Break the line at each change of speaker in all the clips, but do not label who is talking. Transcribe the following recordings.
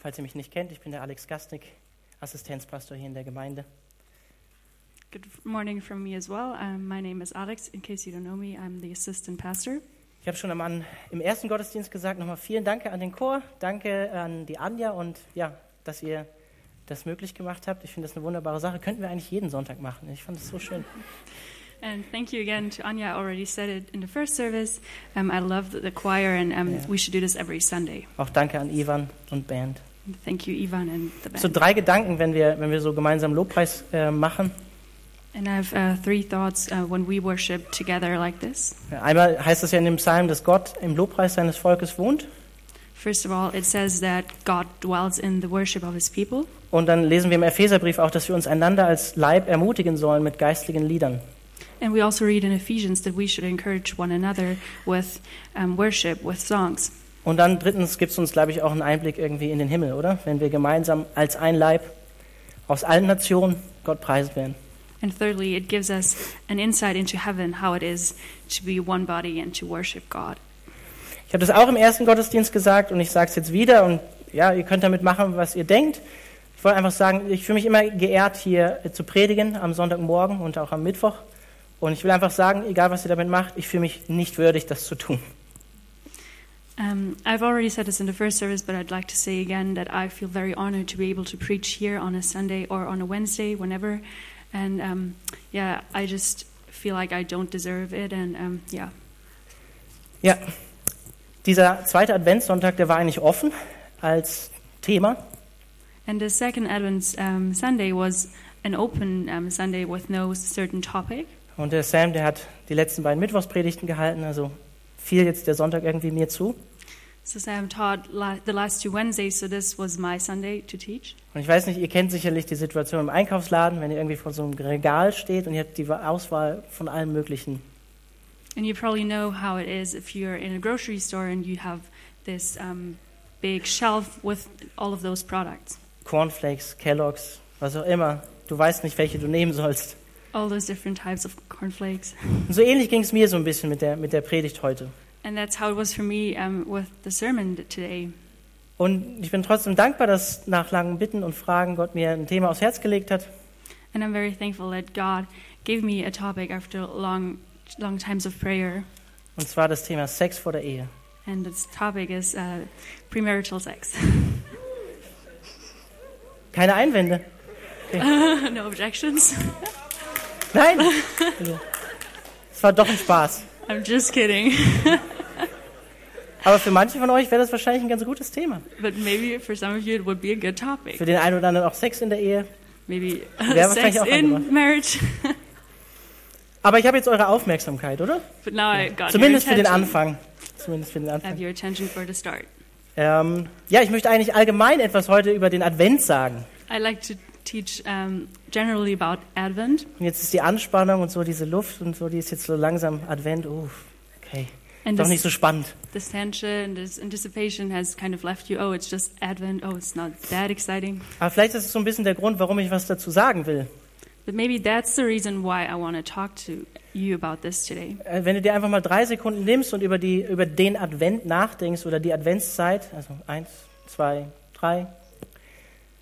Falls ihr mich nicht kennt, ich bin der Alex Gastnick, Assistenzpastor hier in der Gemeinde.
Good morning from me as well. Um, my name is Alex. In case you don't know me, I'm the assistant pastor.
Ich habe schon am an, im ersten Gottesdienst gesagt, nochmal vielen Dank an den Chor, danke an die Anja und ja, dass ihr das möglich gemacht habt. Ich finde das eine wunderbare Sache. Könnten wir eigentlich jeden Sonntag machen. Ich fand es so schön.
And thank you again to Anya. I already said it in the first service. Um, I love the, the choir, and um,
Yeah.
we should do this every Sunday.
Auch danke an Ivan und Band.
And thank you, Ivan, and the band.
So drei Gedanken, wenn wir, wenn wir so gemeinsam Lobpreis äh, machen.
and I have uh, three thoughts uh, when we worship together like this.
Einmal heißt es ja in dem Psalm, dass Gott im Lobpreis seines Volkes wohnt.
First of all, it says that God dwells in the worship of his people.
Und dann lesen wir im Epheserbrief auch, dass wir uns einander als Leib ermutigen sollen mit geistlichen Liedern.
And we also read in Ephesians that we should encourage one another with um, worship, with songs.
Und dann drittens gibt es uns, glaube ich, auch einen Einblick irgendwie in den Himmel, oder? Wenn wir gemeinsam als ein Leib aus allen Nationen Gott preisen werden.
And thirdly, it gives us an insight into heaven, how it is to be one body and to worship God.
Ich habe das auch im ersten Gottesdienst gesagt und ich sage es jetzt wieder und ja, ihr könnt damit machen, was ihr denkt. Ich wollte einfach sagen, ich fühle mich immer geehrt, hier äh, zu predigen am Sonntagmorgen und auch am Mittwoch. Und ich will einfach sagen, egal was ihr damit macht, ich fühle mich nicht würdig, das zu tun.
Um, I've already said this in the first service, but I'd like to say again that I feel very honored to be able to preach here on a Sunday or on a Wednesday, whenever. And um, yeah, I just feel like I don't deserve it. And um, yeah,
Ja, dieser zweite Adventssonntag, der war eigentlich offen als Thema.
and the second Advent um, Sunday was an open um, Sunday with no certain topic.
Und der Sam, der hat die letzten beiden Mittwochspredigten gehalten, also fiel jetzt der Sonntag irgendwie mir zu.
So Sam taught la- the last two Wednesdays, so this was my Sunday to teach.
Und ich weiß nicht, ihr kennt sicherlich die Situation im Einkaufsladen, wenn ihr irgendwie vor so einem Regal steht und ihr habt die Auswahl von allem Möglichen.
And you probably know how it is if you're in a grocery store and you have this um, big shelf with all of those products,
Cornflakes, Kelloggs, was auch immer. Du weißt nicht, welche du nehmen sollst.
all those different types of cornflakes.
Und so ähnlich ging es mir so ein bisschen mit der, mit der Predigt heute.
And that's how it was for me um, with the sermon t- today.
Und ich bin trotzdem dankbar, dass nach langen Bitten und Fragen Gott mir ein Thema aufs Herz gelegt hat.
And I'm very thankful that God gave me a topic after long, long times of prayer.
Und zwar das Thema Sex vor der Ehe.
And this topic is uh, premarital sex.
Keine Einwände.
no objections.
Nein! Also, Es war doch ein Spaß.
I'm just kidding.
Aber für manche von euch wäre das wahrscheinlich ein ganz gutes Thema.
But maybe for some of you it would be a good topic.
Für den einen oder anderen auch Sex in der Ehe.
Maybe
Yeah, but thank
sex
you all for
in marriage.
Aber ich habe jetzt eure Aufmerksamkeit, oder?
But now I got
Zumindest
your
für den
attention.
Anfang. Zumindest für den
I have
Anfang.
your attention for the start.
Ähm, ja, ich möchte eigentlich allgemein etwas heute über den Advent sagen.
I like to teach um, generally about Advent,
Und jetzt ist die Anspannung und so diese Luft und so, die ist jetzt so langsam Advent. Uff, okay.
and
Doch
this,
nicht so spannend.
this tension, this anticipation has kind of left you. Oh, it's just Advent. Oh, it's not that exciting.
Aber vielleicht ist es so ein bisschen der Grund, warum ich was dazu sagen will.
But maybe that's the reason why I want to talk to you about this today.
Äh, Wenn du dir einfach mal drei Sekunden nimmst und über, die, über den Advent nachdenkst oder die Adventszeit, also eins, zwei, drei,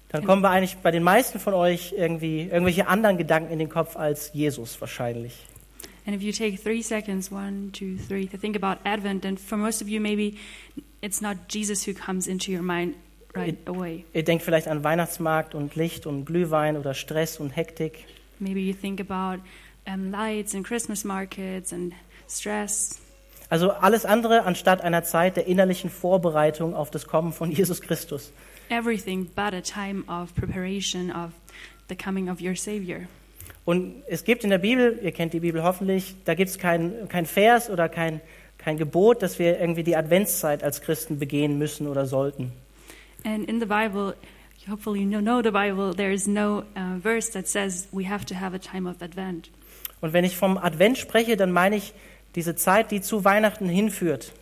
dann kommen bei, eigentlich bei den meisten von euch irgendwie irgendwelche anderen Gedanken in den Kopf als Jesus wahrscheinlich.
And if you take three seconds, one, two, three, to think about Advent, then for most of you, maybe it's not Jesus who comes into your mind right away.
Ihr denkt vielleicht an Weihnachtsmarkt und Licht und Glühwein oder Stress und Hektik.
Maybe you think about um, lights and Christmas markets and stress.
Also alles andere anstatt einer Zeit der innerlichen Vorbereitung auf das Kommen von Jesus Christus.
everything but a time of preparation of the coming of your Savior.
Und es gibt in der Bibel, ihr kennt die Bibel hoffentlich, da gibt es kein, kein Vers oder kein, kein Gebot, dass wir irgendwie die Adventszeit als Christen begehen müssen oder sollten.
And in the Bible, you hopefully you know the Bible, there is no uh, verse that says we have to have a time of Advent.
Und wenn ich vom Advent spreche, dann meine ich diese Zeit, die zu Weihnachten hinführt.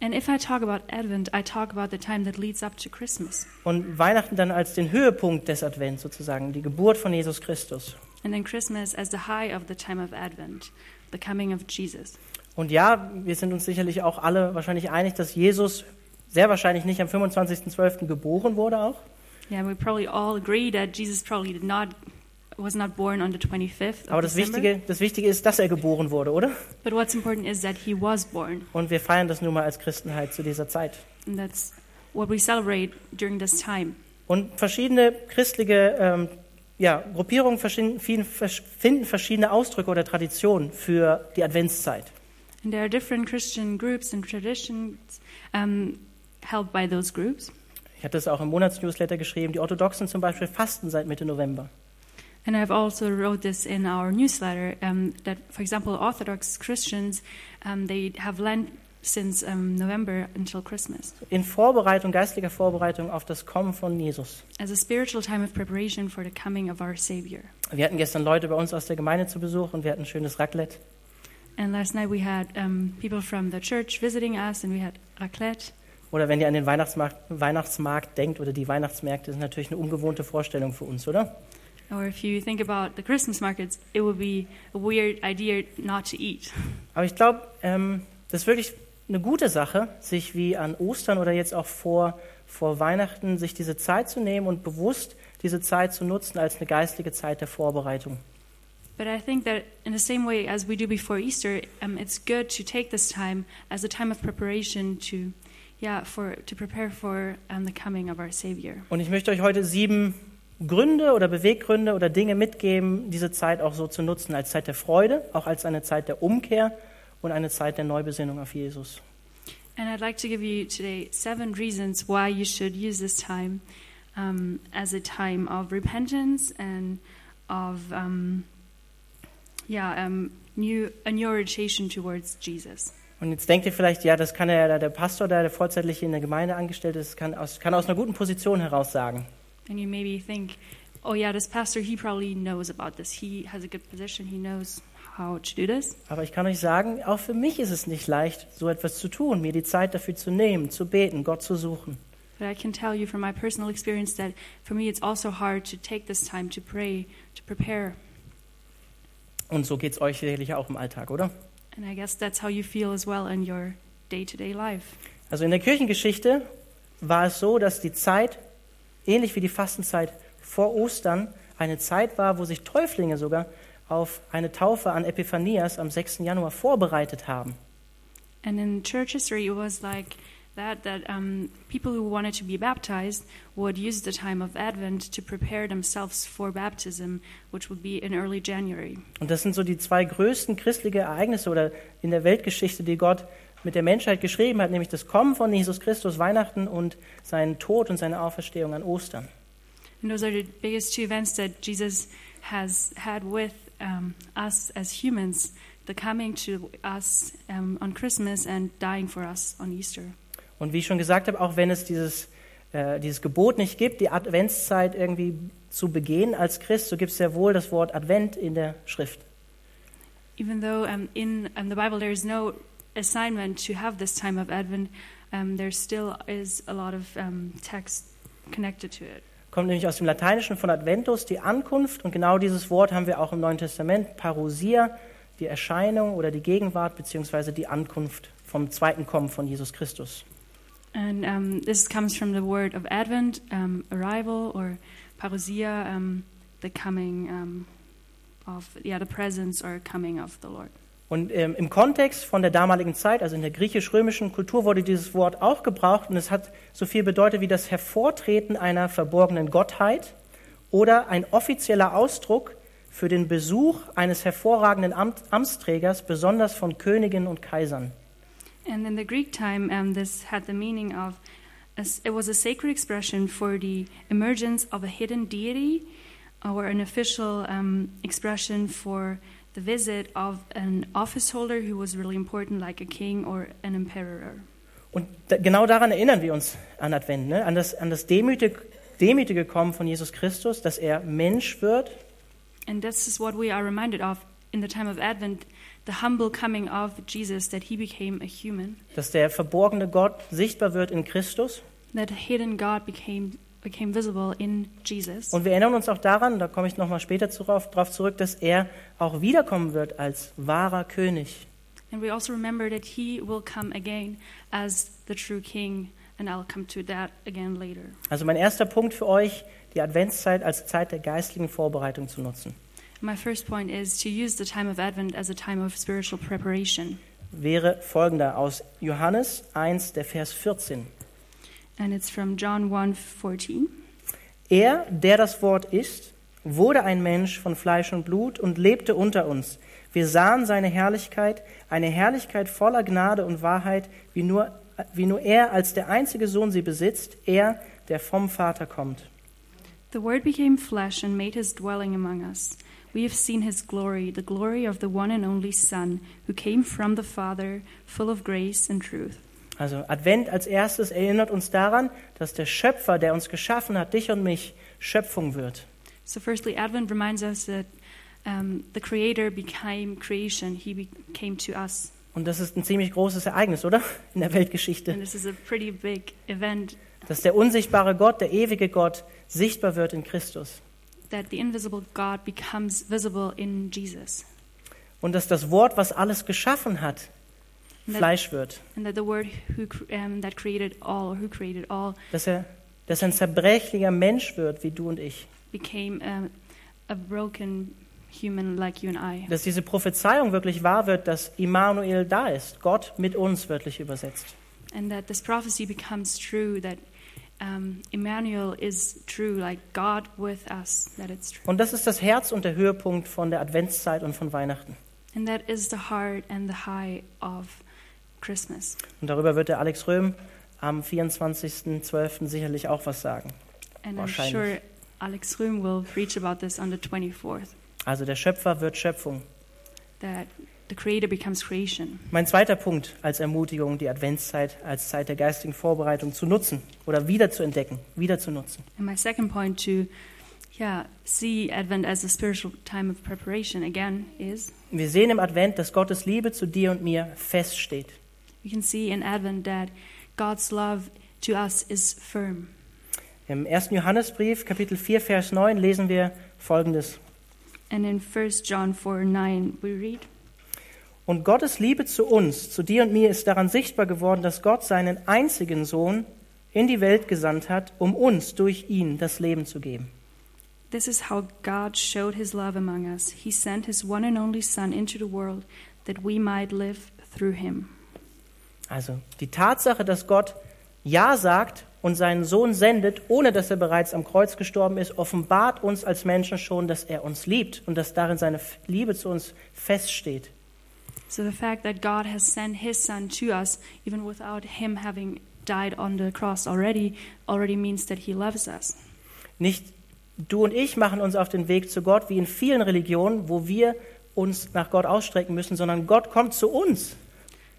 And if I talk about Advent, I talk about the time that leads up to Christmas.
Und Weihnachten dann als den Höhepunkt des Advents sozusagen, die Geburt von Jesus Christus.
And then Christmas as the high of the time of Advent, the coming of Jesus.
Und ja, wir sind uns sicherlich auch alle wahrscheinlich einig, dass Jesus sehr wahrscheinlich nicht am 25.12. geboren wurde auch.
Yeah, we probably all agree that Jesus probably did not was not born on the 25th. Of
Aber das
December.
Wichtige, das Wichtige ist, dass er geboren wurde, oder?
But what's important is that he was born.
Und wir feiern das nun mal als Christen halt zu dieser Zeit.
And that's what we celebrate during this time.
Und verschiedene christliche ähm, ja, Gruppierungen verschieden- vielen- versch- finden verschiedene Ausdrücke oder Traditionen für die Adventszeit.
And there are different Christian groups and traditions um, held by those groups.
Ich hatte es auch im Monatsnewsletter geschrieben. Die Orthodoxen zum Beispiel fasten seit Mitte November.
And I've also wrote this in our newsletter um, that, for example, Orthodox Christians um, they have Lent since um, November until Christmas
In Vorbereitung, geistlicher Vorbereitung auf das Kommen von Jesus.
as a spiritual time of preparation for the coming of our Savior.
Wir hatten gestern Leute bei uns aus der Gemeinde zu Besuch und wir hatten ein schönes Raclette.
And last night we had um, people from the church visiting us, and we had raclette.
Oder wenn ihr an den Weihnachtsmarkt, Weihnachtsmarkt denkt oder die Weihnachtsmärkte, ist natürlich eine ungewohnte Vorstellung für uns, oder?
Or if you think about the Christmas markets, it would be a weird idea not to eat.
Aber ich glaube, ähm, das ist wirklich eine gute Sache, sich wie an Ostern oder jetzt auch vor, vor Weihnachten, sich diese Zeit zu nehmen und bewusst diese Zeit zu nutzen als eine geistliche Zeit der Vorbereitung.
But I think that in the same way as we do before Easter, um, it's good to take this time as a time of preparation to, yeah, for to prepare for um, the coming of our Savior.
Und ich möchte euch heute sieben Gründe oder Beweggründe oder Dinge mitgeben, diese Zeit auch so zu nutzen, als Zeit der Freude, auch als eine Zeit der Umkehr und eine Zeit der Neubesinnung auf Jesus.
And I'd like to give you today seven reasons why you should use this time um, as a time of repentance and of um, yeah um, new a new orientation towards Jesus.
Und jetzt denkt ihr vielleicht, ja, das kann ja der Pastor, der der vollzeitlich in der Gemeinde angestellt ist, kann aus, kann aus einer guten Position heraus sagen.
And you maybe think, oh yeah, this pastor he probably knows about this. He has a good position. He knows how to do this.
Aber ich kann euch sagen, auch für mich ist es nicht leicht, so etwas zu tun, mir die Zeit dafür zu nehmen, zu beten, Gott zu suchen.
But I can tell you from my personal experience that for me it's also hard to take this time to pray, to prepare.
Und so geht es euch sicherlich auch im Alltag, oder?
And I guess that's how you feel as well in your day to day life.
Also in der Kirchengeschichte war es so, dass die Zeit, ähnlich wie die Fastenzeit vor Ostern, eine Zeit war, wo sich Täuflinge sogar auf eine Taufe an Epiphanias am 6. Januar vorbereitet haben.
And in church history, it was like that that um, people who wanted to be baptized would use the time of Advent to prepare themselves for baptism, which would be in early January.
Und das sind so die zwei größten christlichen Ereignisse oder in der Weltgeschichte, die Gott mit der Menschheit geschrieben hat, nämlich das Kommen von Jesus Christus Weihnachten und seinen Tod und seine Auferstehung an Ostern.
And those are the biggest two events that Jesus has had with um, us as humans the coming to us um, on Christmas and dying for us on Easter.
Und wie ich schon gesagt habe, auch wenn es dieses, äh, dieses Gebot nicht gibt, die Adventszeit irgendwie zu begehen als Christ, so gibt es sehr wohl das Wort Advent in der Schrift.
Even though um, in um, the Bible there is no assignment to have this time of Advent, um, there still is a lot of um, text connected to it.
Kommt nämlich aus dem Lateinischen von Adventus, die Ankunft. Und genau dieses Wort haben wir auch im Neuen Testament, Parousia, die Erscheinung oder die Gegenwart beziehungsweise die Ankunft vom zweiten Kommen von Jesus Christus.
And um, this comes from the word of Advent, um, arrival, or parousia, um, the coming um, of, yeah, the presence or coming of the Lord.
Und ähm, im Kontext von der damaligen Zeit, also in der griechisch-römischen Kultur, wurde dieses Wort auch gebraucht und es hat so viel bedeutet wie das Hervortreten einer verborgenen Gottheit oder ein offizieller Ausdruck für den Besuch eines hervorragenden Amt Amtsträgers, besonders von Königen und Kaisern.
And in the Greek time, um, this had the meaning of as- it was a sacred expression for the emergence of a hidden deity uh, or an official um, expression for the visit of an office holder who was really important, like a king or an emperor.
Und da, genau daran erinnern wir uns an Advent, ne? an das, an das demütig, demütige Kommen von Jesus Christus, dass er Mensch wird,
And this is what we are reminded of in the time of Advent the humble coming of Jesus, that he became a human,
dass der verborgene Gott sichtbar wird in Christus.
that hidden God became, became visible in Jesus.
Und wir erinnern uns auch daran, da komme ich nochmal später darauf drauf zurück, dass er auch wiederkommen wird als wahrer König.
And we also remember that he will come again as the true king, and I'll come to that again later.
Also mein erster Punkt für euch, die Adventszeit als Zeit der geistlichen Vorbereitung zu nutzen.
My first point is to use the time of Advent as a time of spiritual preparation.
Wäre folgender aus Johannes 1, der Vers 14.
And it's from John 1:14.
Er, der das Wort ist, wurde ein Mensch von Fleisch und Blut und lebte unter uns. Wir sahen seine Herrlichkeit, eine Herrlichkeit voller Gnade und Wahrheit, wie nur, wie nur er als der einzige Sohn sie besitzt, er, der vom Vater kommt.
The Word became flesh and made his dwelling among us. We have seen his glory, the glory of the one and only Son, who came from the Father, full of grace and truth.
Also Advent als erstes erinnert uns daran, dass der Schöpfer, der uns geschaffen hat, dich und mich, Schöpfung wird.
So, firstly, Advent reminds us that um, the Creator became creation, he became to us.
Und das ist ein ziemlich großes Ereignis, oder? In der Weltgeschichte.
And this is a pretty big event
Dass der unsichtbare Gott, der ewige Gott, sichtbar wird in Christus.
that the invisible God becomes visible in Jesus,
Und dass das Wort, was alles geschaffen hat,
Ne-
Fleisch wird.
and that the Word who, cr- um, that created all, who created all,
Dass er, dass er ein zerbrechlicher Mensch wird, wie du und ich.
became um, a broken human like you and I.
Dass diese Prophezeiung wirklich wahr wird, dass Immanuel da ist. Gott mit uns, wörtlich übersetzt.
and that this prophecy becomes true that um, Emmanuel is true, like God with us, that it's true.
Und das ist das Herz und der Höhepunkt von der Adventszeit und von Weihnachten.
And that is the heart and the high of Christmas.
Und darüber wird der Alex Röhm am 24.12. sicherlich auch was sagen.
And I'm
Wahrscheinlich.
sure Alex Röhm will preach about this on the 24th
Also der Schöpfer wird Schöpfung.
that the Creator becomes creation.
Mein zweiter Punkt als Ermutigung, die Adventszeit als Zeit der geistigen Vorbereitung zu nutzen oder wieder zu entdecken, wieder zu nutzen.
And my second point to yeah, see Advent as a spiritual time of preparation again is
Wir sehen im Advent, dass Gottes Liebe zu dir und mir feststeht.
you can see in Advent that God's love to us is firm.
Im 1. Johannesbrief, Kapitel 4, Vers 9, lesen wir folgendes.
And in 1 John 4 9, we read,
Und Gottes Liebe zu uns, zu dir und mir, ist daran sichtbar geworden, dass Gott seinen einzigen Sohn in die Welt gesandt hat, um uns durch ihn das Leben zu geben.
This is how God showed his love among us. He sent his one and only Son into the world that we might live through him.
Also die Tatsache, dass Gott Ja sagt und seinen Sohn sendet, ohne dass er bereits am Kreuz gestorben ist, offenbart uns als Menschen schon, dass er uns liebt und dass darin seine F- Liebe zu uns feststeht.
So the fact that God has sent his Son to us, even without him having died on the cross already, already means that he loves us.
Nicht du und ich machen uns auf den Weg zu Gott, wie in vielen Religionen, wo wir uns nach Gott ausstrecken müssen, sondern Gott kommt zu uns.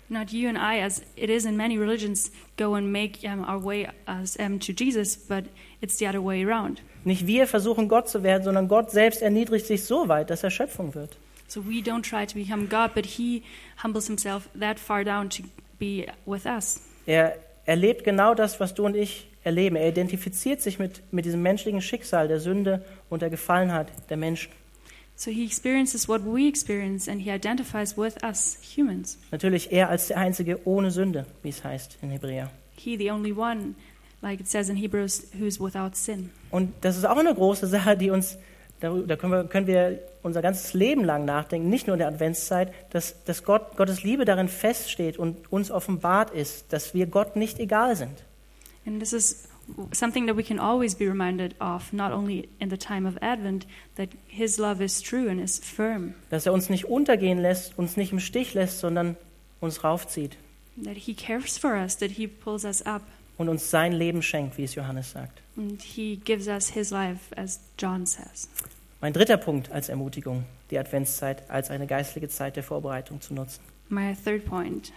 Not you and I, as it is in many religions, go and make um, our way as, um, to Jesus, but it's the other way around.
Nicht wir versuchen Gott zu werden, sondern Gott selbst erniedrigt sich so weit, dass er Schöpfung wird.
So we don't try to become God, but He humbles Himself that far down to be with us.
Er erlebt genau das, was du und ich erleben. Er identifiziert sich mit, mit diesem menschlichen Schicksal der Sünde und der Gefallenheit der Menschen.
So He experiences what we experience and He identifies with us humans.
Natürlich er als der Einzige ohne Sünde, wie es heißt in Hebräer.
He, the only one, like it says in Hebrews, who's without sin.
Und das ist auch eine große Sache, die uns, darü- da können wir, können wir unser ganzes Leben lang nachdenken, nicht nur in der Adventszeit, dass, dass Gott, Gottes Liebe darin feststeht und uns offenbart ist, dass wir Gott nicht egal sind.
And this is something that we can always be reminded of, not only in the time of Advent, that His love is true and is firm,
Dass er uns nicht untergehen lässt, uns nicht im Stich lässt, sondern uns raufzieht
that He cares for us, that He pulls us up,
und uns sein Leben schenkt, wie es Johannes sagt.
and He gives us His life, as John says.
Mein dritter Punkt als Ermutigung, die Adventszeit als eine geistliche Zeit der Vorbereitung zu nutzen.
My third point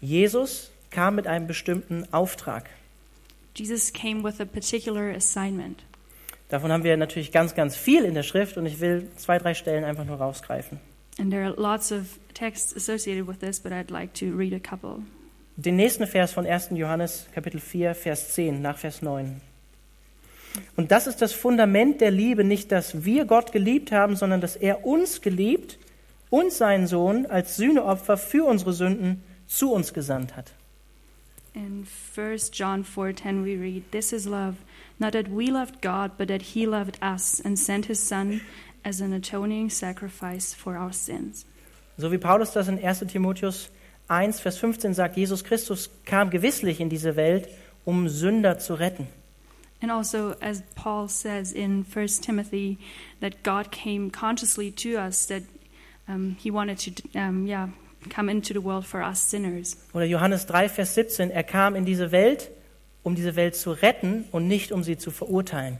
Jesus kam mit einem bestimmten Auftrag.
Jesus came with a particular assignment.
Davon haben wir natürlich ganz, ganz viel in der Schrift und ich will zwei, drei Stellen einfach nur rausgreifen.
And there are lots of texts associated with this, but I'd like to read a couple.
Den nächsten Vers von 1. Johannes Kapitel 4, Vers 10 nach Vers 9. Und das ist das Fundament der Liebe, nicht dass wir Gott geliebt haben, sondern dass er uns geliebt und seinen Sohn als Sühneopfer für unsere Sünden zu uns gesandt hat.
In 1 John 4:10 we read, "This is love, not that we loved God, but that he loved us and sent his son as an atoning sacrifice for our sins."
So wie Paulus das in 1. Timotheus 1, Vers 15 sagt, Jesus Christus kam gewisslich in diese Welt, um Sünder zu retten.
And also as Paul says in 1 Timothy that God came consciously to us that um, he wanted to um, yeah, come into the world for us sinners.
Oder Johannes 3, Vers 17, er kam in diese Welt, um diese Welt zu retten und nicht um sie zu verurteilen.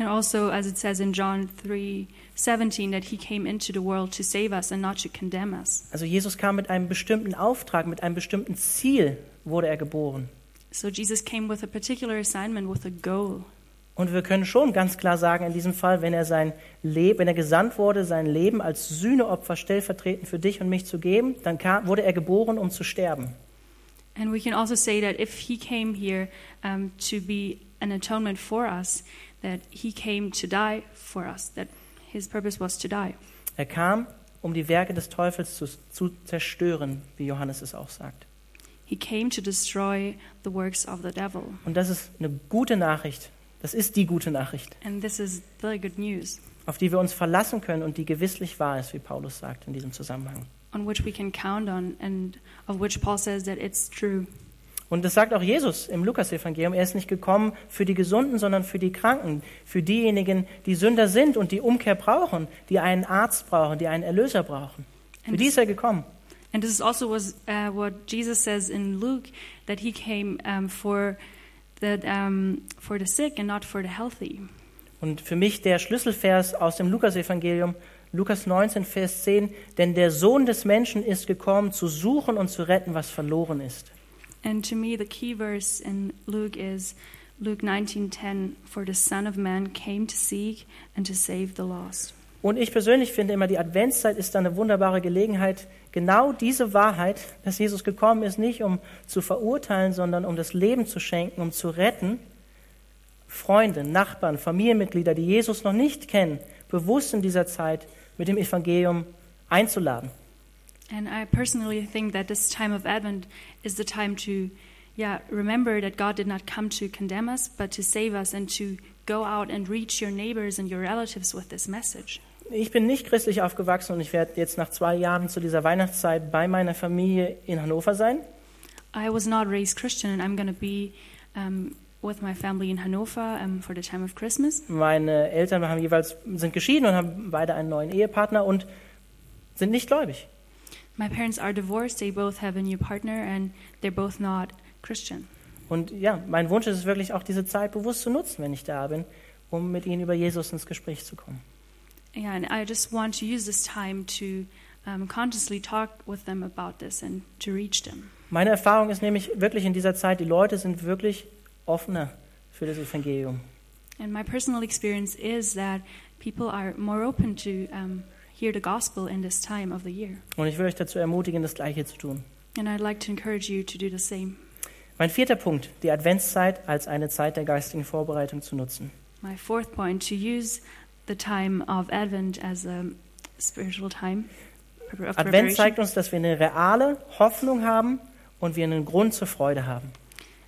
And also, as it says in John 3 17, that he came into the world to save us and not to condemn us.
Also Jesus kam mit einem bestimmten Auftrag, mit einem bestimmten Ziel wurde er geboren.
So Jesus came with a particular assignment, with a goal.
Und wir können schon ganz klar sagen, in diesem Fall, wenn er sein Leben, wenn er gesandt wurde, sein Leben als Sühneopfer stellvertretend für dich und mich zu geben, dann kam, wurde er geboren, um zu sterben.
And we can also say that if he came here um, to be an atonement for us, that he came to die for us, that his purpose was to die.
Er kam, um die Werke des Teufels zu, zu zerstören, wie Johannes es auch sagt.
He came to destroy the works of the devil.
Und das ist eine gute Nachricht. Das ist die gute Nachricht,
And this is very good news
auf die wir uns verlassen können und die gewisslich wahr ist, wie Paulus sagt in diesem Zusammenhang.
on which we can count on and of which Paul says that it's true.
Und das sagt auch Jesus im Lukasevangelium. Er ist nicht gekommen für die Gesunden, sondern für die Kranken, für diejenigen, die Sünder sind und die Umkehr brauchen, die einen Arzt brauchen, die einen Erlöser brauchen. Für die ist er gekommen.
And this is also was uh, what Jesus says in Luke that he came um, for that um, for the sick and not for the healthy.
Und für mich der Schlüsselvers aus dem Lukasevangelium, Lukas 19, Vers 10, denn der Sohn des Menschen ist gekommen, zu suchen und zu retten, was verloren ist.
And to me, the key verse in Luke is Luke 19:10, "For the Son of Man came to seek and to save the lost."
Und ich persönlich finde immer, die Adventszeit ist da eine wunderbare Gelegenheit, genau diese Wahrheit, dass Jesus gekommen ist, nicht um zu verurteilen, sondern um das Leben zu schenken, um zu retten, Freunde, Nachbarn, Familienmitglieder, die Jesus noch nicht kennen, bewusst in dieser Zeit mit dem Evangelium einzuladen.
And I personally think that this time of Advent is the time to, yeah, remember that God did not come to condemn us, but to save us and to go out and reach your neighbors and your relatives with this message.
Ich bin nicht christlich aufgewachsen und ich werde jetzt nach zwei Jahren zu dieser Weihnachtszeit bei meiner Familie in Hannover sein.
I was not raised Christian, and I'm going to be um, with my family in Hannover um, for the time of Christmas.
Meine Eltern haben jeweils, sind geschieden und haben beide einen neuen Ehepartner und sind nicht gläubig.
My parents are divorced, they both have a new partner, and they're both not Christian.
Und ja, mein Wunsch ist es wirklich auch, diese Zeit bewusst zu nutzen, wenn ich da bin, um mit ihnen über Jesus ins Gespräch zu kommen.
Yeah, and I just want to use this time to um, consciously talk with them about this and to reach them.
Meine Erfahrung ist nämlich wirklich in dieser Zeit, die Leute sind wirklich offener für das Evangelium.
And my personal experience is that people are more open to um, hear the gospel in this time of the year.
Und ich will euch dazu ermutigen, das Gleiche zu tun.
And I'd like to encourage you to do the same.
Mein vierter Punkt, die Adventszeit als eine Zeit der geistigen Vorbereitung zu nutzen.
My fourth point to use the time of Advent as a spiritual time of
Advent
preparation.
zeigt uns, dass wir eine reale Hoffnung haben und wir einen Grund zur Freude haben.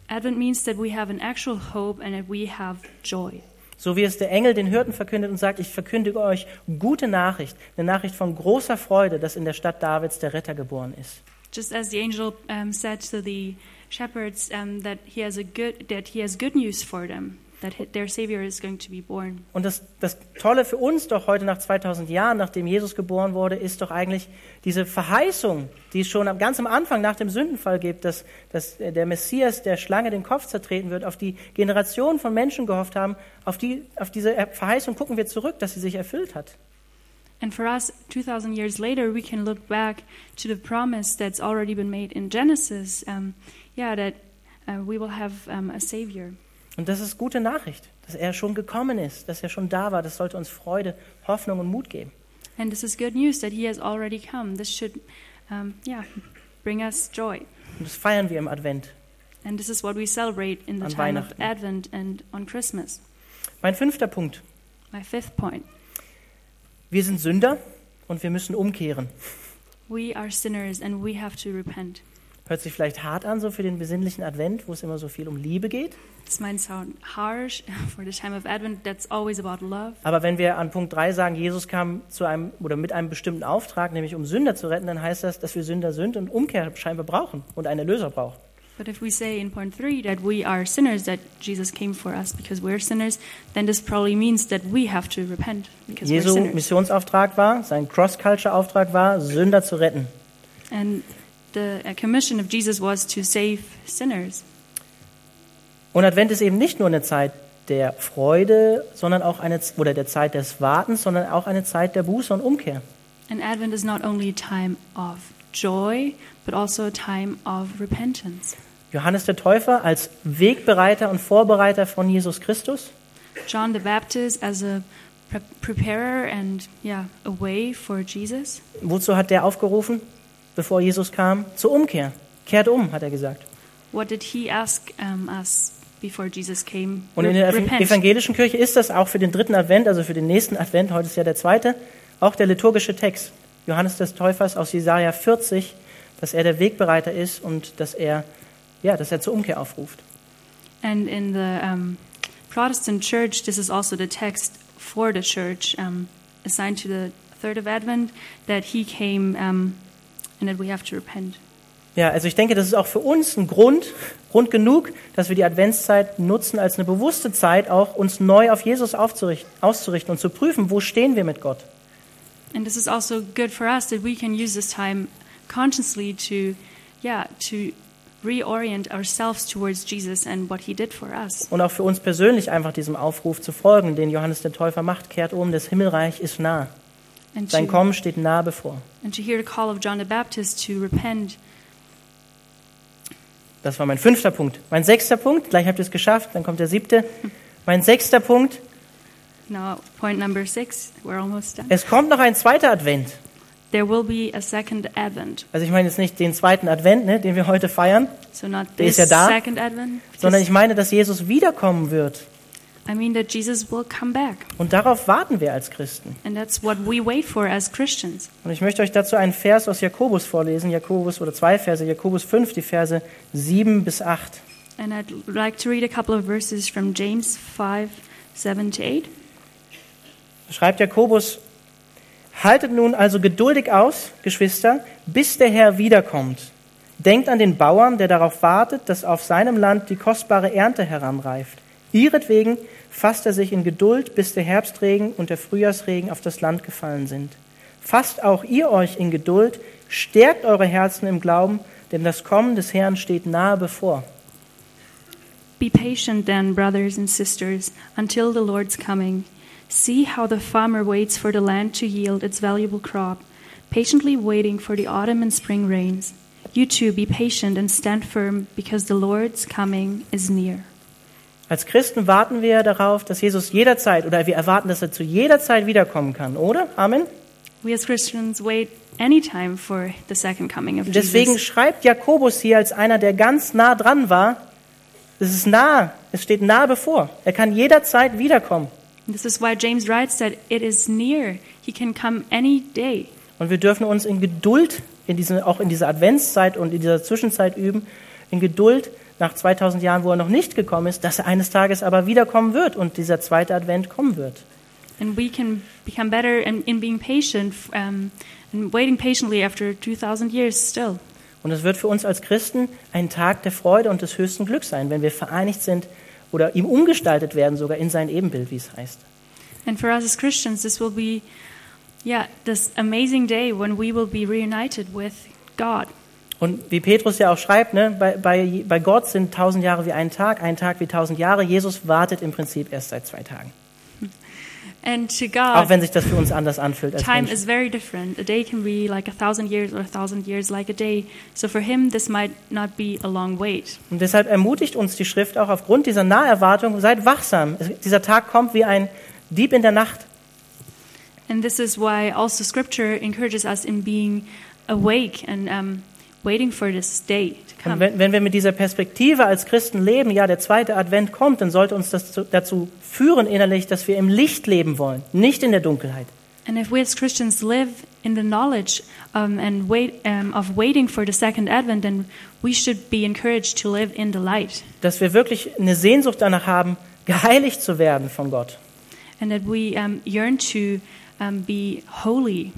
Advent means that we have an actual hope and that we have joy.
So wie es der Engel den Hirten verkündet und sagt, ich verkündige euch gute Nachricht, eine Nachricht von großer Freude, dass in der Stadt Davids der Retter geboren ist.
Just as the angel um, said to the shepherds um, that he has a good that he has good news for them that hi- their savior is going to be born.
Und das, das Tolle für uns doch heute nach 2000 Jahren, nachdem Jesus geboren wurde, ist doch eigentlich diese Verheißung, die es schon am, ganz am Anfang nach dem Sündenfall gibt, dass, dass der Messias der Schlange den Kopf zertreten wird, auf die Generationen von Menschen gehofft haben, auf, die, auf diese Verheißung gucken wir zurück, dass sie sich erfüllt hat.
And for us, 2,000 years later, we can look back to the promise that's already been made in Genesis. Um, yeah, that uh, we will have um, a Savior.
Und das ist gute Nachricht, dass er schon gekommen ist, dass er schon da war. Das sollte uns Freude, Hoffnung und Mut geben.
And this is good news that He has already come. This should, um, yeah, bring us joy.
Und das feiern wir im Advent.
And this is what we celebrate in the
An
time of
Weihnachten.
Advent and on Christmas.
Mein fünfter Punkt.
My fifth point
Wir sind Sünder und wir müssen umkehren.
we are sinners and we have to repent.
Hört sich vielleicht hart an, so für den besinnlichen Advent, wo es immer so viel um Liebe geht.
This might sound harsh for the time of Advent, that's always about love.
Aber wenn wir an Punkt 3 sagen, Jesus kam zu einem oder mit einem bestimmten Auftrag, nämlich um Sünder zu retten, dann heißt das, dass wir Sünder sind und Umkehr scheinbar brauchen und einen Erlöser brauchen.
But if we say in point three that we are sinners, that Jesus came for us because we're sinners, then this probably means that we have to repent because we're
Jesu
sinners.
Missionsauftrag war, sein Cross-Culture-Auftrag war, Sünder zu retten.
And the uh, commission of Jesus was to save sinners.
Und Advent ist eben nicht nur eine Zeit der Freude, sondern auch eine oder der Zeit des Wartens, sondern auch eine Zeit der Buße und Umkehr.
And Advent is not only a time of joy, but also a time of repentance.
Johannes der Täufer als Wegbereiter und Vorbereiter von Jesus Christus,
John the Baptist as a pre- preparer and yeah, a way for Jesus.
wozu hat der aufgerufen, bevor Jesus kam? Zur Umkehr. Kehrt um, hat er gesagt.
What did he ask um, us before Jesus came?
Und in der
Repent.
evangelischen Kirche ist das auch für den dritten Advent, also für den nächsten Advent, heute ist ja der zweite, auch der liturgische Text Johannes des Täufers aus Jesaja 40, dass er der Wegbereiter ist und dass er, ja, dass er zur Umkehr aufruft.
And in the um, Protestant church, this is also the text for the church um, assigned to the third of Advent that he came um, and that we have to repent.
Ja, also ich denke, das ist auch für uns ein Grund, Grund genug, dass wir die Adventszeit nutzen als eine bewusste Zeit, auch uns neu auf Jesus aufzurichten, auszurichten und zu prüfen, wo stehen wir mit Gott.
And this is also good for us that we can use this time consciously to, yeah, to reorient ourselves towards Jesus and what he did for us.
Und auch für uns persönlich einfach diesem Aufruf zu folgen, den Johannes der Täufer macht, kehrt um, das Himmelreich ist nah.
And
Sein
to,
Kommen steht nah bevor.
and to hear the call of John the Baptist to repent.
Das war mein fünfter Punkt. Mein sechster Punkt, gleich habt ihr es geschafft, dann kommt der siebte. Mein sechster Punkt,
Now, point number six, we're almost done.
es kommt noch ein zweiter Advent.
There will be a second Advent.
Also ich meine jetzt nicht den zweiten Advent, ne, den wir heute feiern,
So not
Der ist
this
ja da.
second Advent.
sondern ich meine, dass Jesus wiederkommen wird.
I mean that Jesus will come back,
Und darauf warten wir als Christen.
and that's what we wait for as Christians.
Und ich möchte euch dazu einen Vers aus Jakobus vorlesen, Jakobus oder zwei Verse, Jakobus 5, die Verse 7 bis 8.
And I'd like to read a couple of verses from James 5, 7 to 8.
Schreibt Jakobus, haltet nun also geduldig aus, Geschwister, bis der Herr wiederkommt. Denkt an den Bauern, der darauf wartet, dass auf seinem Land die kostbare Ernte heranreift. Ihretwegen fasst er sich in Geduld, bis der Herbstregen und der Frühjahrsregen auf das Land gefallen sind. Fasst auch ihr euch in Geduld, stärkt eure Herzen im Glauben, denn das Kommen des Herrn steht nahe bevor.
Be patient then, brothers and sisters, until the Lord's coming. See how the farmer waits for the land to yield its valuable crop, patiently waiting for the autumn and spring rains. You too, be patient and stand firm, because the Lord's coming is near.
Als Christen warten wir darauf, dass Jesus jederzeit oder wir erwarten, dass er zu jeder Zeit wiederkommen kann, oder? Amen.
We as Christians wait any time for the second coming of
Deswegen
Jesus.
schreibt Jakobus hier als einer, der ganz nah dran war, es ist nah, es steht nah bevor. Er kann jederzeit wiederkommen.
This is why James writes that it is near. He can come any day.
Und wir dürfen uns in Geduld, in diesen, auch in dieser Adventszeit und in dieser Zwischenzeit üben, in Geduld nach 2000 Jahren, wo er noch nicht gekommen ist, dass er eines Tages aber wiederkommen wird und dieser zweite Advent kommen wird.
And we can become better in, in being patient um, and waiting patiently after 2,000 years still.
Und es wird für uns als Christen ein Tag der Freude und des höchsten Glücks sein, wenn wir vereinigt sind oder ihm umgestaltet werden, sogar in sein Ebenbild, wie es heißt.
And for us as Christians, this will be, yeah, this amazing day when we will be reunited with God.
Und wie Petrus ja auch schreibt, ne, bei, bei, bei Gott sind tausend Jahre wie ein Tag, ein Tag wie tausend Jahre. Jesus wartet im Prinzip erst seit zwei Tagen.
And to
Auch
God,
wenn sich das für uns anders anfühlt als
Ah. time
Menschen.
is very different. A day can be like a thousand years or a thousand years like a day. So for him, this might not be a long wait.
Und deshalb ermutigt uns die Schrift auch aufgrund dieser Naherwartung, seid wachsam. Es- Dieser Tag kommt wie ein Dieb in der Nacht.
And this is why also Scripture encourages us in being awake and um, waiting for this day to
Und
come.
wenn, wenn wir mit dieser Perspektive als Christen leben, ja, der zweite Advent kommt, dann sollte uns das zu, dazu führen innerlich, dass wir im Licht leben wollen, nicht in der Dunkelheit.
And if we as Christians live in the knowledge um, and wait um, of waiting for the second advent, then we should be encouraged to live in the light,
dass wir wirklich eine Sehnsucht danach haben, geheiligt zu werden von Gott.
and that we um, yearn to um, be holy,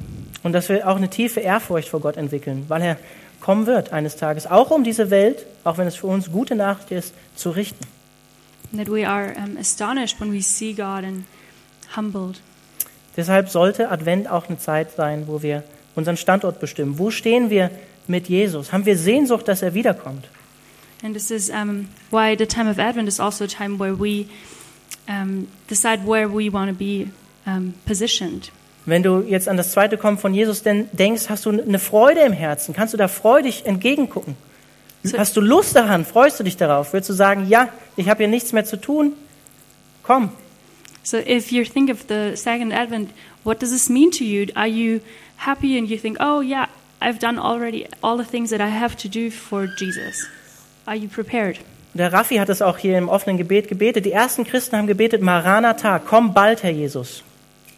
Und dass wir auch eine tiefe Ehrfurcht vor Gott entwickeln, weil er kommen wird eines Tages, auch um diese Welt, auch wenn es für uns gute Nachricht ist, zu richten.
and that we are um, astonished when we see God and humbled.
Deshalb sollte Advent auch eine Zeit sein, wo wir unseren Standort bestimmen. Wo stehen wir mit Jesus? Haben wir Sehnsucht, dass er wiederkommt?
And this is um, why the time of Advent is also a time where we um, decide where we want to be um, positioned.
Wenn du jetzt an das zweite Kommen von Jesus denn denkst, hast du eine Freude im Herzen? Kannst du da freudig entgegengucken?
So-
Hast du Lust daran? Freust du dich darauf? Würdest du sagen, ja, ich habe hier nichts mehr zu tun? Komm.
So if you think of the second advent, what does this mean to you? Are you happy and you think, "Oh yeah, I've done already all the things that I have to do for Jesus." Are you prepared?
Der Raffi hat es auch hier im offenen Gebet gebetet. Die ersten Christen haben gebetet, Maranatha, komm bald, Herr Jesus.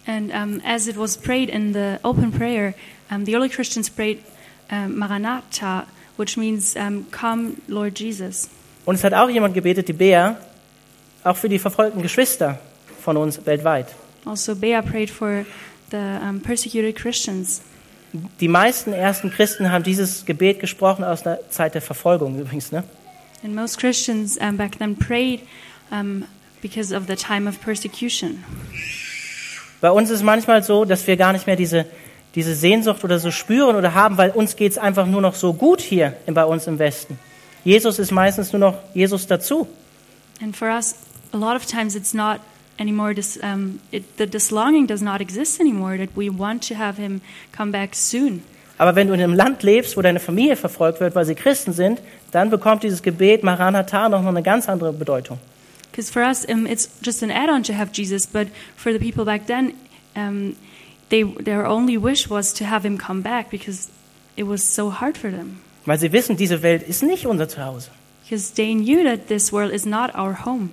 And um, as it was prayed in the open prayer, um, the early Christians prayed um, Maranatha, which means um, "Come, Lord Jesus."
Und es hat auch jemand gebetet, die Bea, auch für die verfolgten Geschwister von uns weltweit.
Also, Bea prayed for the um, persecuted Christians.
Die meisten ersten Christen haben dieses Gebet gesprochen aus der Zeit der Verfolgung übrigens. Ne?
And most Christians um, back then prayed um, because of the time of persecution.
Bei uns ist es manchmal so, dass wir gar nicht mehr diese, diese Sehnsucht oder so spüren oder haben, weil uns geht's einfach nur noch so gut hier in- bei uns im Westen. Jesus ist meistens nur noch Jesus dazu.
And for us, a lot of times it's not anymore. This, um, it, the, this longing does not exist anymore. That we want to have him come back soon.
Aber wenn du in einem Land lebst, wo deine Familie verfolgt wird, weil sie Christen sind, dann bekommt dieses Gebet Maranatha noch mal eine ganz andere Bedeutung.
Because for us, um, it's just an add-on to have Jesus. But for the people back then, um, they their only wish was to have him come back because it was so hard for them.
Weil sie wissen, diese Welt ist nicht unser Zuhause.
Because they knew that this world is not our home.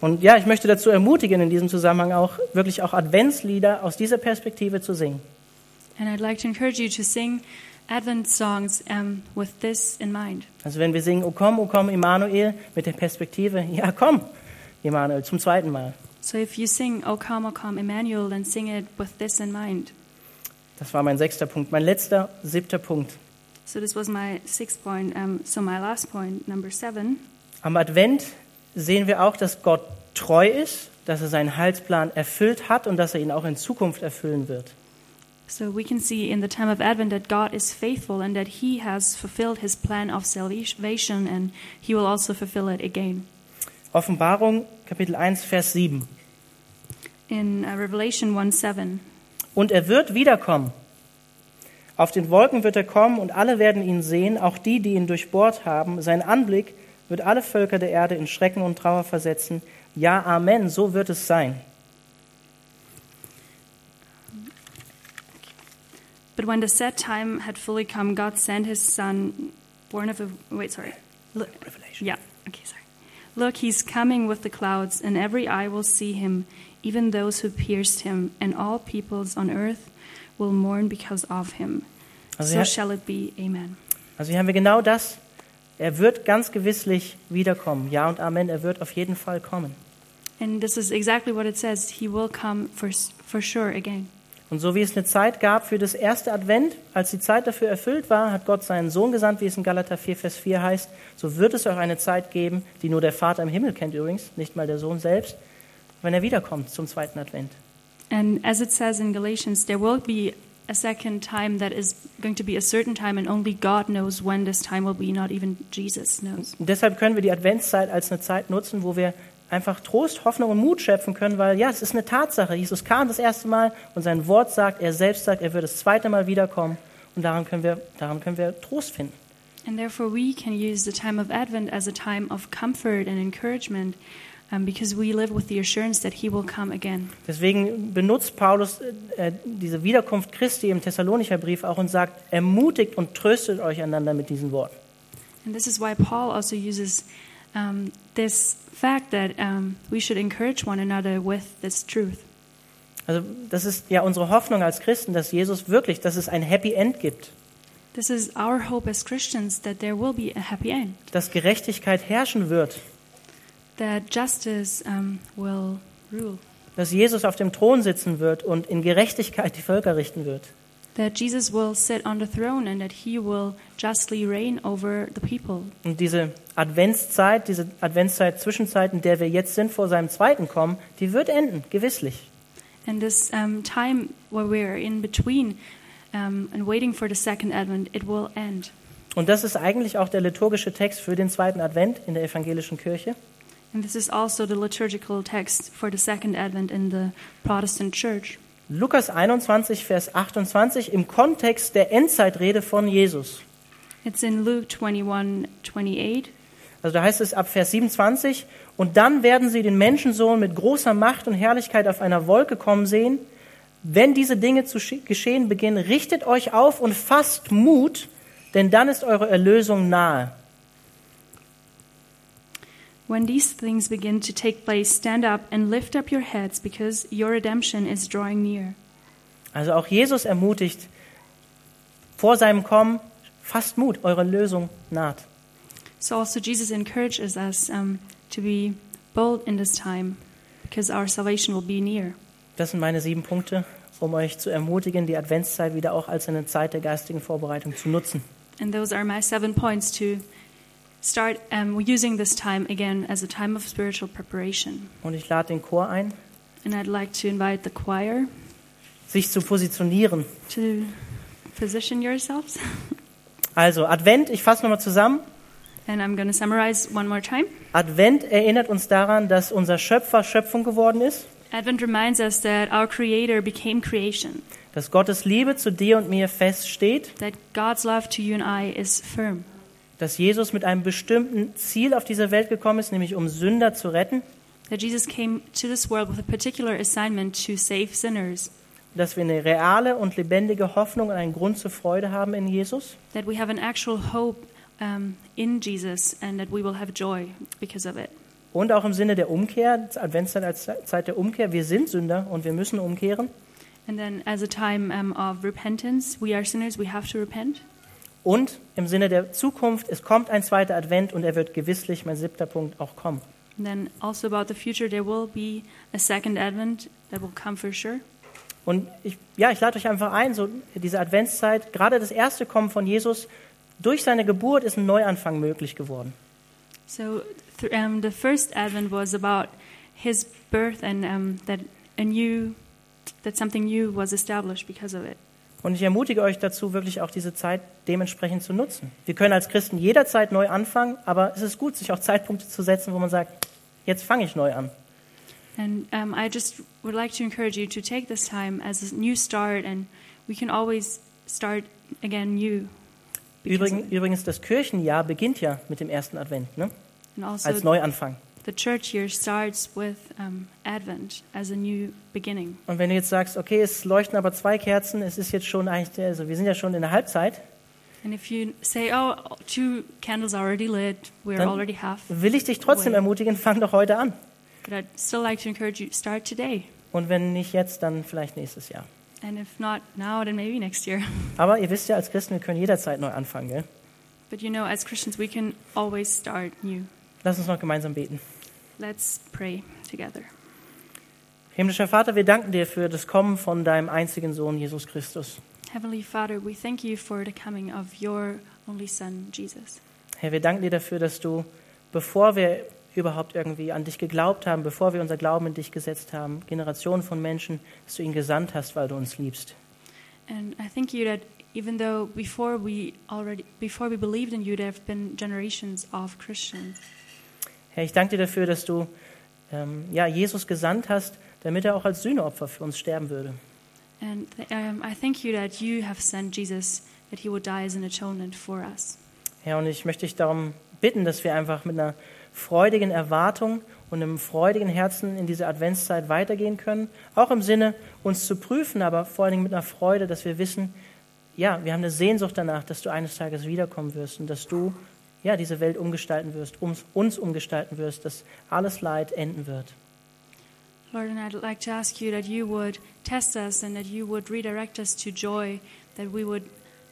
Und ja, ich möchte dazu ermutigen, in diesem Zusammenhang auch wirklich auch Adventslieder aus dieser Perspektive zu singen.
And I'd like to encourage you to sing Advent songs um, with this in mind.
Also wenn wir singen, O komm, O komm, Immanuel, mit der Perspektive, ja komm, Immanuel, zum zweiten Mal.
So if you sing O Come, O Come, Emmanuel, then sing it with this in mind.
Das war mein sechster Punkt. Mein letzter, siebter Punkt.
So this was my sixth point. Um, so my last point, number seven.
Am Advent sehen wir auch, dass Gott treu ist, dass er seinen Heilsplan erfüllt hat und dass er ihn auch in Zukunft erfüllen wird.
So we can see in the time of Advent that God is faithful and that He has fulfilled His plan of salvation, and He will also fulfill it again.
Offenbarung Kapitel 1, Vers 7.
In uh, Revelation 1 7.
Und er wird wiederkommen. Auf den Wolken wird er kommen und alle werden ihn sehen, auch die, die ihn durchbohrt haben. Sein Anblick wird alle Völker der Erde in Schrecken und Trauer versetzen. Ja, Amen, so wird es sein.
But when the set time had fully come, God sent his son, born of a. Wait, sorry. Look,
Revelation.
yeah, okay, sorry. Look, he's coming with the clouds, and every eye will see him, even those who pierced him, and all peoples on earth will mourn because of him.
Also
so
er-
shall it be. Amen.
Also hier haben wir genau das. Er wird ganz gewisslich wiederkommen. Ja und Amen, er wird auf jeden Fall kommen.
And this is exactly what it says. He will come for, s- for sure again.
Und so wie es eine Zeit gab für das erste Advent, als die Zeit dafür erfüllt war, hat Gott seinen Sohn gesandt, wie es in Galater 4, Vers 4 heißt, so wird es auch eine Zeit geben, die nur der Vater im Himmel kennt übrigens, nicht mal der Sohn selbst, wenn er wiederkommt zum zweiten Advent.
And as it says in Galatians, there will be a second time that is going to be a certain time, and only God knows when this time will be, not even Jesus knows.
Und deshalb können wir die Adventszeit als eine Zeit nutzen, wo wir einfach Trost, Hoffnung und Mut schöpfen können, weil ja, es ist eine Tatsache. Jesus kam das erste Mal und sein Wort sagt, er selbst sagt, er wird das zweite Mal wiederkommen und daran können wir, daran können wir Trost finden.
And therefore, we can use the time of Advent as a time of comfort and encouragement um, because we live with the assurance that He will come again.
Deswegen benutzt Paulus äh, diese Wiederkunft Christi im Thessalonicher Brief auch und sagt, ermutigt und tröstet euch einander mit diesen Worten.
And this is why Paul also uses um, this fact that um, we should encourage one another with this truth.
Also das ist ja unsere Hoffnung als Christen, dass Jesus wirklich, dass es ein Happy End gibt,
This is our hope as Christians that there will be a happy end,
dass Gerechtigkeit herrschen wird,
that justice um, will rule,
dass Jesus auf dem Thron sitzen wird und in Gerechtigkeit die Völker richten wird.
that Jesus will sit on the throne and that he will justly reign over the people.
Und diese Adventszeit, diese Adventszeit Zwischenzeit, in der wir jetzt sind vor seinem zweiten Kommen, die wird enden, gewisslich.
And this um, time where we're in between um, and waiting for the second advent, it will end.
Und das ist eigentlich auch der liturgische Text für den zweiten Advent in der evangelischen Kirche.
And this is also the liturgical text for the second advent in the Protestant church.
Lukas 21, Vers 28 im Kontext der Endzeitrede von Jesus.
It's in Luke 21 28.
Also da heißt es ab Vers 27, und dann werden sie den Menschensohn mit großer Macht und Herrlichkeit auf einer Wolke kommen sehen. Wenn diese Dinge zu sche- geschehen beginnen, richtet euch auf und fasst Mut, denn dann ist eure Erlösung nahe.
When these things begin to take place, stand up and lift up your heads because your redemption is drawing near.
Also auch Jesus ermutigt vor seinem Kommen, fasst Mut, eure Lösung naht.
So also Jesus encourages us um, to be bold in this time because our salvation will be near.
Das sind meine sieben Punkte, um euch zu ermutigen, die Adventszeit wieder auch als eine Zeit der geistigen Vorbereitung zu nutzen.
And those are my seven points to start um, using this time again as a time of spiritual preparation.
Und ich lade den Chor ein,
And I'd like to invite the choir
sich zu positionieren.
to position yourselves.
Also Advent, ich fasse nochmal zusammen.
And I'm going to summarize one more time.
Advent erinnert uns daran, dass unser Schöpfer Schöpfung geworden ist,
Advent reminds us that our Creator became creation.
dass Gottes Liebe zu dir und mir feststeht,
that God's love to you and I is firm,
dass Jesus mit einem bestimmten Ziel auf diese Welt gekommen ist, nämlich um Sünder zu retten,
that Jesus came to this world with a particular assignment to save sinners,
dass wir eine reale und lebendige Hoffnung und einen Grund zur Freude haben in Jesus
that we have an actual hope um, in Jesus, and that we will have joy because of it.
und auch im Sinne der Umkehr, das Adventszeit als Ze- Zeit der Umkehr, wir sind Sünder und wir müssen umkehren
And then, as a time um, of repentance, we are sinners, we have to repent.
und im Sinne der Zukunft, es kommt ein zweiter Advent und er wird gewisslich, mein siebter Punkt, auch kommen.
And then, also about the future, there will be a second advent that will come for sure.
Und ich, ja, ich lade euch einfach ein, so diese Adventszeit, gerade das erste Kommen von Jesus, durch seine Geburt ist ein Neuanfang möglich geworden.
So, th- um, the first advent was about his birth and um, that a new, that something new was established because of it.
Und ich ermutige euch dazu, wirklich auch diese Zeit dementsprechend zu nutzen. Wir können als Christen jederzeit neu anfangen, aber es ist gut, sich auch Zeitpunkte zu setzen, wo man sagt, jetzt fange ich neu an.
And um, I just would like to encourage you to take this time as a new start, and we can always start again new. because
Übrigen,
of it.
übrigens, das Kirchenjahr beginnt ja mit dem ersten Advent, ne?
and also,
als Neuanfang.
the church year starts with um, Advent as a new beginning.
Und wenn du jetzt sagst, okay, es leuchten aber zwei Kerzen, es ist jetzt schon eigentlich, der- also wir sind ja schon in der Halbzeit,
And if you say, "Oh, two candles are already lit; we're
Dann-
already half,"
will ich dich trotzdem ermutigen, fang doch heute an.
but I'd still like to encourage you start today.
Und wenn nicht jetzt, dann vielleicht nächstes Jahr.
And if not now, then maybe next year.
Aber ihr wisst ja, als Christen, wir können jederzeit neu anfangen. Gell?
But you know, as Christians, we can always start new.
Lass uns noch gemeinsam beten.
Let's pray together.
Himmlischer Vater, wir danken dir für das Kommen von deinem einzigen Sohn, Jesus Christus.
Heavenly Father, we thank you for the coming of your only Son, Jesus.
Herr, wir danken dir dafür, dass du, bevor wir überhaupt irgendwie an dich geglaubt haben, bevor wir unser Glauben in dich gesetzt haben, Generationen von Menschen, dass du ihn gesandt hast, weil du uns liebst.
And I thank you that even though before we already before we believed in you, there have been generations of Christians.
Herr, ich danke dir dafür, dass du ähm, ja, Jesus gesandt hast, damit er auch als Sühneopfer für uns sterben würde.
And th- um, I thank you that you have sent Jesus, that he will die as an atonement for us.
Herr, und ich möchte dich darum bitten, dass wir einfach mit einer freudigen Erwartung und einem freudigen Herzen in diese Adventszeit weitergehen können, auch im Sinne, uns zu prüfen, aber vor allen Dingen mit einer Freude, dass wir wissen, ja, wir haben eine Sehnsucht danach, dass du eines Tages wiederkommen wirst und dass du ja diese Welt umgestalten wirst, uns, uns umgestalten wirst, dass alles Leid enden wird.
Lord, and I'd like to ask you that you would test us and that you would redirect us to joy, that we would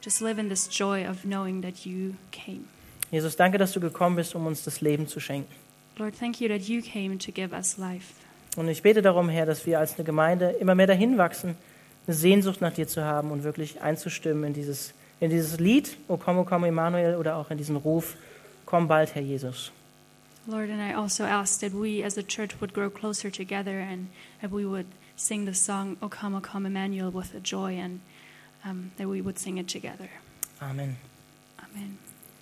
just live in this joy of knowing that you came.
Jesus, danke, dass du gekommen bist, um uns das Leben zu schenken.
Lord, thank you that you came to give us life.
Und ich bete darum, Herr, dass wir als eine Gemeinde immer mehr dahin wachsen, eine Sehnsucht nach dir zu haben und wirklich einzustimmen in dieses, in dieses Lied, O komm, o komm, Emmanuel, oder auch in diesen Ruf, komm bald, Herr Jesus.
Lord, and I also ask that we as a church would grow closer together and that we would sing the song, O Come, O Come, Emmanuel, with a joy, and um, that we would sing it together.
Amen.
Amen.